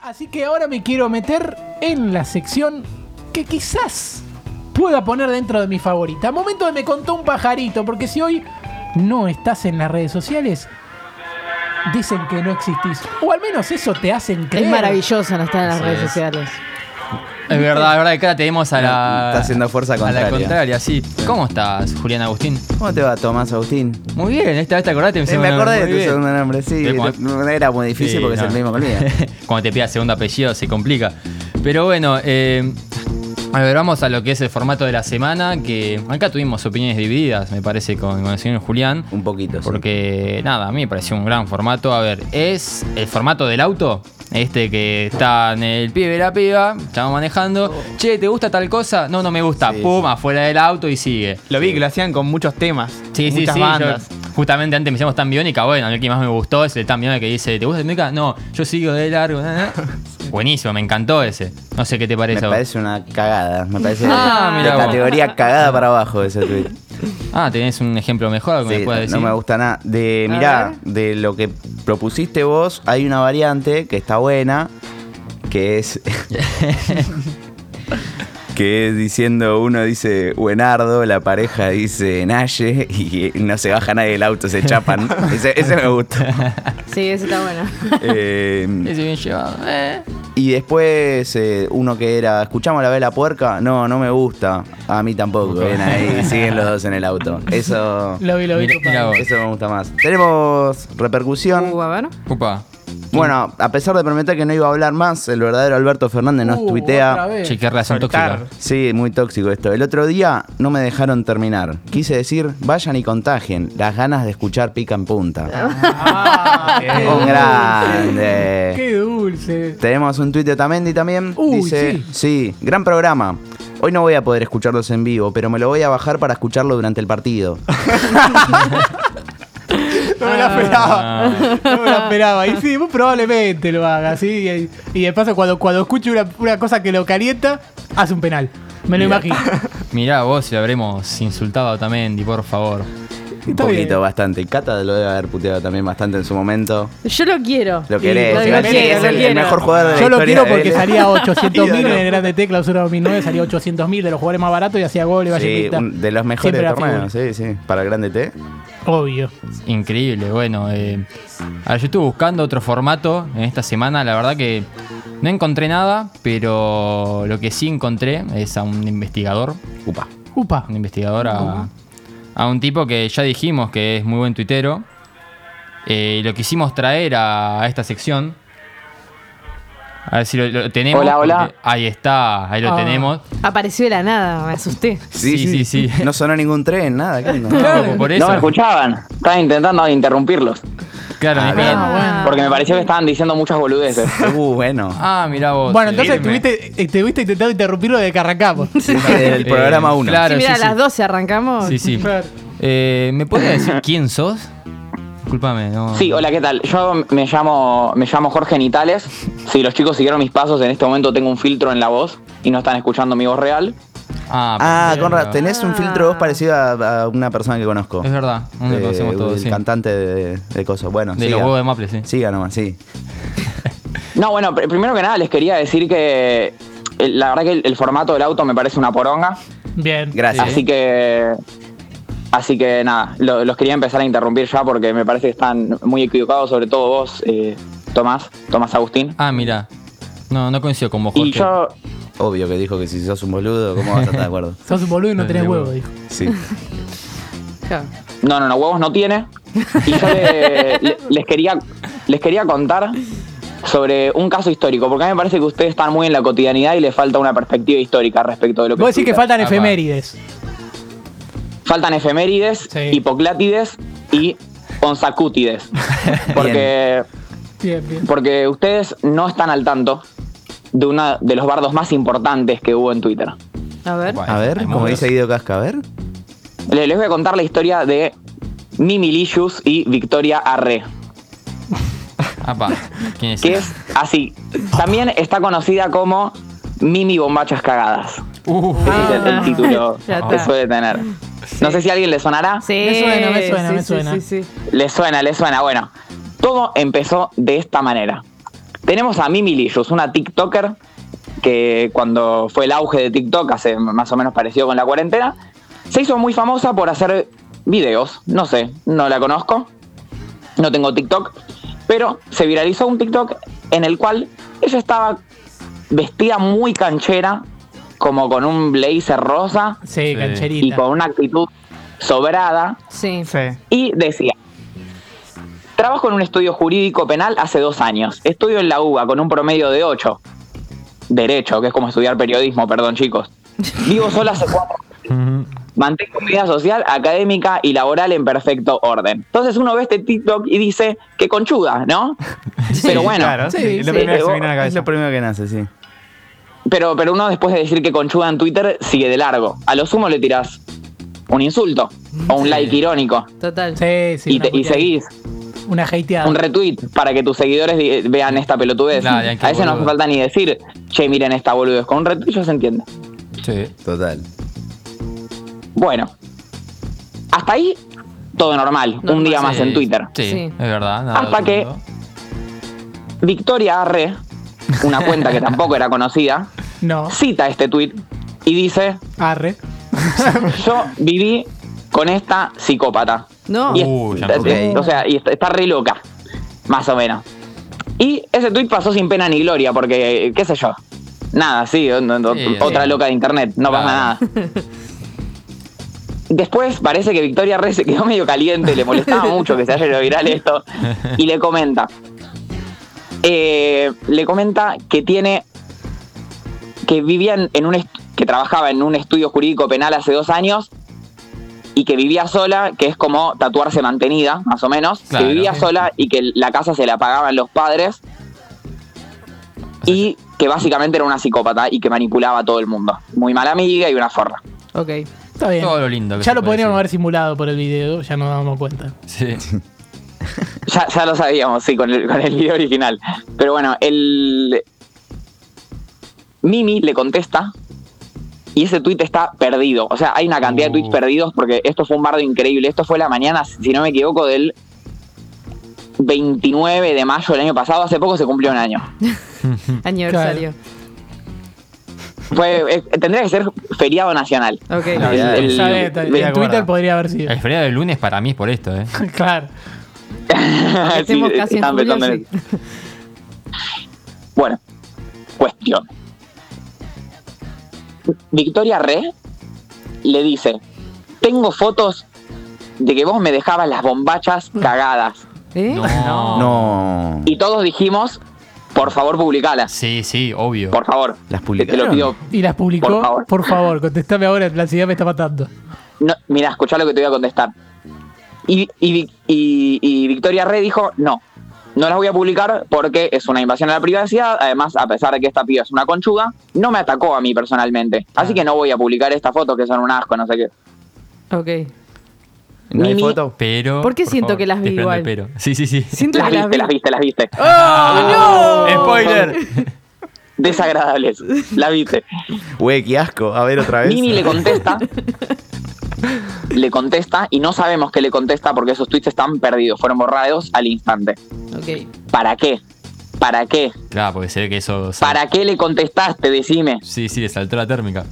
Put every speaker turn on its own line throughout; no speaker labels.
Así que ahora me quiero meter en la sección que quizás pueda poner dentro de mi favorita. Momento de me contó un pajarito, porque si hoy no estás en las redes sociales, dicen que no existís. O al menos eso te hacen creer.
Es maravilloso no estar en las
Sí,
redes
es.
sociales.
Es verdad, es verdad que ahora tenemos a la.
Está haciendo fuerza
A
contraria.
la contraria, sí. ¿Cómo estás, Julián Agustín?
¿Cómo te va, Tomás Agustín?
Muy bien, esta vez te acordaste.
Sí, Eh, me acordé de tu segundo nombre, sí.
Te
no-
cont-
No era muy difícil porque es el mismo que el mío.
Cuando te pidas segundo apellido se complica. Pero bueno, eh, a ver, vamos a lo que es el formato de la semana. Que acá tuvimos opiniones divididas, me parece, con, con el señor Julián.
Un poquito, sí.
Porque nada, a mí me pareció un gran formato. A ver, es el formato del auto. Este que está en el pibe y la piba, estamos manejando. Che, ¿te gusta tal cosa? No, no me gusta.
Oh. Sí,
Pum, afuera del auto y sigue.
Lo vi que lo hacían con muchos temas.
Sí, sí,
muchas
sí.
bandas.
yo- justamente antes me hicimos tan biónica. Bueno, a mí el que más me gustó es el tan biónica que dice: ¿Te gusta el biónica? No, yo sigo de largo. na, na. Buenísimo, me encantó ese. No sé qué te
Me
parece a vos.
parece una cagada. Me parece
Ah,
de
mirá vos.
categoría cagada para abajo ese tweet.
Ah, ¿tenés un ejemplo mejor que me
Sí,
puedas decir?
no me gusta nada. De,
A
mirá,
ver.
de lo que propusiste vos, hay una variante que está buena, que es. que es diciendo, uno dice Buenardo, la pareja dice Naye, y no se baja nadie del auto, se chapan. ese, ese me gusta.
Sí, eso está bueno.
Eh,
Ese bien llevado. eh.
Y después eh, uno que era, ¿escuchamos la vela puerca? No, no me gusta. A mí tampoco. Ven ahí, siguen los dos en el auto. Eso,
Lo vi, lo vi.
Mirá-
compadre.
mirá vos.
eso me gusta más. Tenemos repercusión.
Uh, a ver.
Upa.
Bueno, a pesar de prometer que no iba a hablar más, el verdadero Alberto Fernández nos
Uh, otra
tuitea.
vez.
Che, qué relación
Soltar.
tóxica.
Sí, muy tóxico esto. El otro día no me dejaron terminar. Quise decir, vayan y contagien. Las ganas de escuchar pica en punta.
Ah,
Eh,
qué
Un
dulce.
grande.
Qué dulce.
Tenemos un tuit de Otamendi también.
Uy,
Dice,
sí.
sí. gran programa. Hoy no voy a poder escucharlos en vivo, pero me lo voy a bajar para escucharlo durante el partido.
No me la
Ah.
esperaba. No me la esperaba. Y sí, muy probablemente lo haga. ¿sí? Y, y de paso, cuando, cuando escuche una, una cosa que lo calienta, hace un penal. Me lo
Mira.
imagino.
Mirá vos si lo habremos insultado también, Di, por favor.
un
Está
poquito,
bien.
bastante. Cata lo debe haber puteado también bastante en su momento.
Yo lo quiero.
Lo
lo
querés, igual
quiero,
sí, es
lo
el, el
quiero.
mejor jugador de la
Yo lo
historia
quiero
de
porque
Vélez.
salía 800 mil en
Ídolo.
el Grande T, clausura 2009, salía 800 mil de los jugadores más baratos y hacía gol y vaya
Sí,
invicta.
un- de los mejores
Siempre la
torneos, sí, sí. Para el grande T.
Obvio.
Increíble, bueno. eh, a ver, yo estuve buscando otro formato en esta semana, la verdad que no encontré nada, pero lo que sí encontré es a un investigador,
Upa.
Upa.
un investigador a, a un tipo que ya dijimos que es muy buen tuitero. Eh, lo quisimos traer a, a esta sección. A ver si lo, lo tenemos.
Hola, hola.
porque- Ahí está, ahí lo
Ah.
tenemos.
Oh. Apareció de la nada, me asusté.
Sí, sí, sí.
No sonó ningún tren, nada. ¿qué onda?
Claro, por eso.
No me escuchaban. Estaba intentando interrumpirlos.
Claro,
Ah,
me
bien.
dijeron,
Porque me pareció que estaban diciendo muchas boludeces.
Uh, bueno.
Ah, mira vos.
Bueno, entonces
Irme.
estuviste, eh, estuviste intentando interrumpirlo desde que arrancamos.
El programa
Eh,
1.
claro.
sí, mira,
sí,
a las
sí.
12 arrancamos.
Sí, sí. Eh, ¿Me puedes decir quién sos? Disculpame, no.
Sí, hola, ¿qué tal? Yo me llamo, me llamo Jorge Nitales. Si los chicos siguieron mis pasos, en este momento tengo un filtro en la voz y no están escuchando mi voz real.
Ah,
Ah,
pero-
Conrad, tenés un filtro de voz parecido a, a una persona que conozco.
Es verdad, no lo
Eh,
conocemos todos,
El
sí.
cantante de, de cosas. Bueno,
De los
siga.
ah.
huevos de Maple, sí.
Siga nomás, sí.
No, bueno, pr- primero que nada les quería decir que eh, la verdad que el, el formato del auto me parece una poronga.
Bien.
Gracias.
Así que. Así que nada, lo- los quería empezar a interrumpir ya porque me parece que están muy equivocados, sobre todo vos, eh, Tomás, Tomás Agustín.
Ah, mira. No, no coincido con vos, Jorge.
Y yo,
Obvio que dijo que si sos un boludo, ¿cómo vas a estar de acuerdo?
Sos un boludo y no tenés
Desde
huevo,
luego.
dijo.
Sí.
Claro.
No, no, no, huevos no tiene. Y yo le- le- les, quería, les quería contar sobre un caso histórico, porque a mí me parece que ustedes están muy en la cotidianidad y les falta una perspectiva histórica respecto de lo que...
Vos decís que
explica.
faltan
Ah, va.
efemérides.
Faltan efemérides,
Sí.
hipoclátides yonsacútides. Porque,
Bien, bien.
porque ustedes no están al tanto de una de los bardos más importantes que hubo en Twitter.
A ver.
Bueno,
A ver,
hay
como
muchos.
dice Guido Casca, a ver.
Le- Les voy a contar la historia de Mimi Licious y Victoria Arre.
Ah, pa. ¿Quién es?
que es así. También está conocida como Mimi Bombachas Cagadas.
Uh,
Ese es el, el
Ah,
título
ya
que
está.
suele tener. No sé si a alguien le sonará.
Sí,
Me suena, me suena,
sí,
me
sí,
suena.
Sí, sí.
Le suena, le suena. Bueno, todo empezó de esta manera. Tenemos a Mimi Lillus, una TikToker que cuando fue el auge de TikTok, hace más o menos parecido con la cuarentena, se hizo muy famosa por hacer videos. No sé, no la conozco, no tengo TikTok, pero se viralizó un TikTok en el cual ella estaba vestida muy canchera, como con un blazer rosa
Sí,
Sí.
cancherita.
y con una actitud sobrada,
Sí.
Sí.
y decía, trabajo en un estudio jurídico penal hace dos años, estudio en la UBA con un promedio de 8, derecho, que es como estudiar periodismo, perdón chicos, vivo sola hace cuatro Mantengo mi vida social, académica y laboral en perfecto orden. Entonces uno ve este TikTok y dice, que conchuda, ¿no? Pero bueno, eh,
Claro, sí.
Sí,
es
sí.
Lo primero que se me viene a la
Es
cabeza.
lo primero que nace, sí.
pero, pero uno después de decir que conchuda en Twitter sigue de largo. A lo sumo le tirás un insulto o un like irónico
Total.
Sí, sí.
y,
una
te- y
puteada.
seguís.
Una hateada.
un retweet para que tus seguidores di- vean esta pelotudez.
Nah, ya, qué
a veces no hace
boludo.
falta ni decir, che, miren esta boludez. Con un retweet ya se entiende.
Sí.
Total.
Bueno, hasta ahí todo normal.
Normal.
un día más
Sí,
en Twitter.
Sí,
Sí.
es verdad. nada
Hasta
del
que-
mundo.
Victoria Arre, una cuenta que tampoco era conocida,
No,
cita este tweet y dice:
arre.
Yo viví con esta psicópata.
No.
Y es-
Uh, ya me
acordé.
es- o sea, y está, está re loca, más o menos. Y ese tweet pasó sin pena ni gloria, porque, qué sé yo. Nada, sí, o- o-
Sí,
otra
sí.
loca de internet, no pasa nada.
Claro.
Después parece que Victoria Rey se quedó medio caliente, le molestaba mucho que se haya ido viral esto, y le comenta. Eh, le comenta que tiene. que vivía en, en un. est- que trabajaba en un estudio jurídico penal hace dos años y que vivía sola, que es como tatuarse mantenida, más o menos,
Claro.
que vivía sola y que la casa se la pagaban los padres y que básicamente era una psicópata y que manipulaba a todo el mundo. Muy mala amiga y una forra.
Ok.
Está bien.
Todo lo lindo que
Eh, Ya
se
lo
puede
podríamos
decir.
haber simulado por el video, ya nos damos cuenta.
Sí.
Ya, ya lo sabíamos, sí, con el, con el video original. Pero bueno, el. Mimi le contesta y ese tweet está perdido. O sea, hay una cantidad
Uh.
de tweets perdidos porque esto fue un bardo increíble. Esto fue la mañana, si no me equivoco, del 29 de mayo del año pasado. Hace poco se cumplió un año.
Aniversario.
Fue, eh, tendría que ser feriado nacional.
Ok.
El- el-
Está bien, está bien.
el-
En Twitter podría haber sido.
El feriado del lunes para mí es por esto, ¿eh?
claro.
Ah, Sí, eh,
Estemos casi en
están
julio,
pensando en
sí.
Bueno, cuestión. Victoria Re le dice, tengo fotos de que vos me dejabas las bombachas
Mm.
cagadas.
¿Eh?
No.
No.
Y todos dijimos, por favor, publicalas.
Sí, sí, obvio.
Por favor.
¿Las
Te- Te lo
publicaron?
pido.
Y las publicó. Por favor,
Por favor.
contestame ahora, la ansiedad me está matando.
No, mira, escuchá lo que te voy a contestar. Y, y Vic- y- y Victoria Re dijo, no, no las voy a publicar porque es una invasión a la privacidad. Además, a pesar de que esta piba es una conchuga, no me atacó a mí personalmente.
Ah.
Así que no voy a publicar estas fotos que son un asco, no sé qué.
Ok.
¿No hay
Mimi-
foto?
Pero.
¿Por qué siento
favor,
que las vi
estoy esperando
igual?
el Pero. Sí, sí, sí.
Siento
Las
que las
viste,
vi.
las viste, las viste.
¡Oh,
¡Spoiler!
Desagradables. Las viste.
Güey, qué asco. A ver otra vez.
Mimi le contesta. le contesta y no sabemos qué le contesta porque esos tweets están perdidos. Fueron borrados al instante.
Ok.
¿Para qué? ¿Para qué?
Claro, porque se ve que eso. sal-
¿Para qué le contestaste? Decime.
Sí, sí, le saltó la térmica.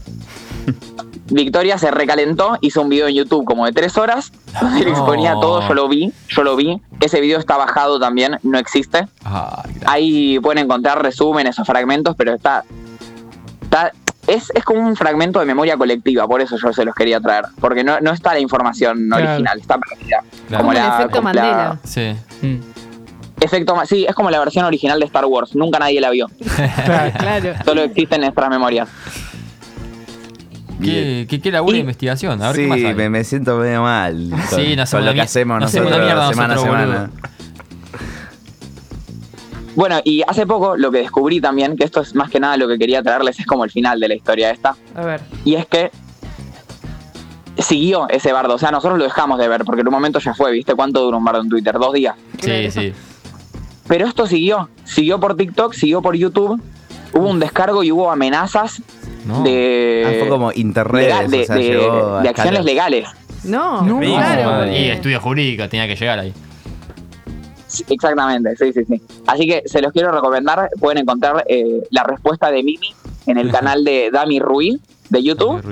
Victoria se recalentó, hizo un video en YouTube como de tres horas, donde le exponía
No.
todo, yo lo vi, yo lo vi. Ese video está bajado también, no existe.
Ah, gra-
Ahí pueden encontrar resúmenes o fragmentos, pero está. está es, es como un fragmento de memoria colectiva, por eso yo se los quería traer. Porque no, no está la información
Claro.
original, está perdida.
Claro.
Como el
la-
efecto
como la-
Mandela.
Sí.
Mm.
efecto Ma- sí, es como la versión original de Star Wars, nunca nadie la vio.
Claro.
Claro.
Solo existen nuestras memorias.
¿Qué, qué, qué laburo de
Y-
investigación? A ver
sí,
qué más hay.
me, me siento medio mal. con-
Sí, no hacemos
con
una
lo que
mier-
hacemos
no hacemos
nosotros
una mierda
semana a
nosotros,
semana.
Bueno, y hace poco lo que descubrí también, que esto es más que nada lo que quería traerles, es como el final de la historia esta.
A ver.
Y es que siguió ese bardo. O sea, nosotros lo dejamos de ver, porque en un momento ya fue, ¿viste? ¿Cuánto duró un bardo en Twitter? Dos días.
Sí, sí.
Pero esto siguió. Siguió por TikTok, siguió por YouTube. Hubo un descargo y hubo amenazas
No.
de,
Ah, fue como
legal-
interredes.
Eh, de-
o sea,
de-
llegó
de
a escalas.
acciones legales.
No,
No.
Ah,
claro.
Madre.
porque-
Y estudio jurídico, tenía que llegar ahí.
Sí, exactamente, sí, sí, sí. Así que se los quiero recomendar. Pueden encontrar eh, la respuesta de Mimi en el canal de Dami Ruiz de YouTube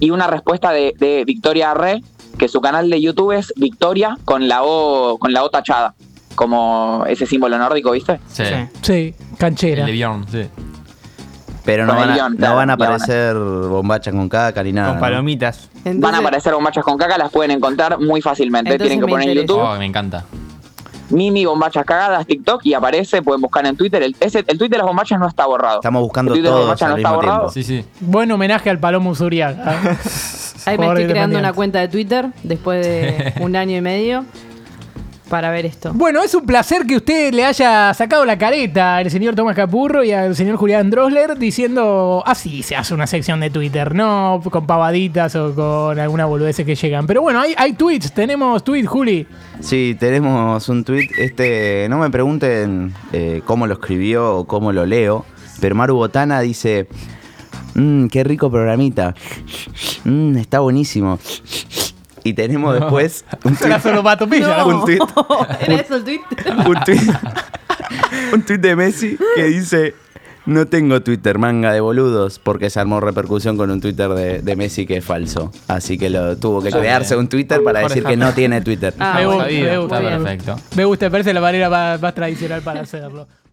y una respuesta de, de Victoria Arre, que su canal de YouTube es Victoria con la O con la O tachada, como ese símbolo nórdico, ¿viste?
Sí.
Sí.
Sí,
El
canchera.
de Bjorn, sí.
Pero no
Con el
van, a,
guión,
no
claro,
van a
la van a-
aparecer bombachas con caca ni nada.
Con
¿no?
palomitas.
Entonces,
Van a aparecer bombachas con caca, las pueden encontrar muy fácilmente.
Entonces
Tienen que
me
poner en
interesa.
YouTube
Oh, me encanta.
Mimi bombachas cagadas, TikTok y aparece, pueden buscar en Twitter. El, ese- el tweet de las bombachas no está borrado.
Estamos buscando
El tweet de las
todos
bombachas
al
no está
mismo
borrado.
tiempo.
Sí, sí.
Buen homenaje al Palomo Usuriaga. ¿eh?
Ahí me
Por
estoy
Independiente.
creando una cuenta de Twitter después de un año y medio para ver esto.
Bueno, es un placer que usted le haya sacado la careta al señor Tomás Capurro y al señor Julián Drosler diciendo así se hace una sección de Twitter, no con pavaditas o con alguna boludez que llegan. Pero bueno, hay, hay tweets, tenemos tweet, Juli.
Sí, tenemos un tweet. Este, no me pregunten eh, cómo lo escribió o cómo lo leo, pero Maru Botana dice: Mmm, qué rico programita. Mmm, está buenísimo. Y tenemos después un tweet.
La solopatopilla.
Un tweet.
¿Era eso el tweet?
Un tweet. un tweet de Messi que dice. No tengo Twitter, manga de boludos, porque se armó repercusión con un Twitter de, de Messi que es falso. Así que lo tuvo que crearse un Twitter para decir que no tiene Twitter.
Ah,
Me
bueno.
gusta, me
Muy
gusta.
bien.
Está perfecto.
Me gusta, me parece la manera más, más tradicional para hacerlo.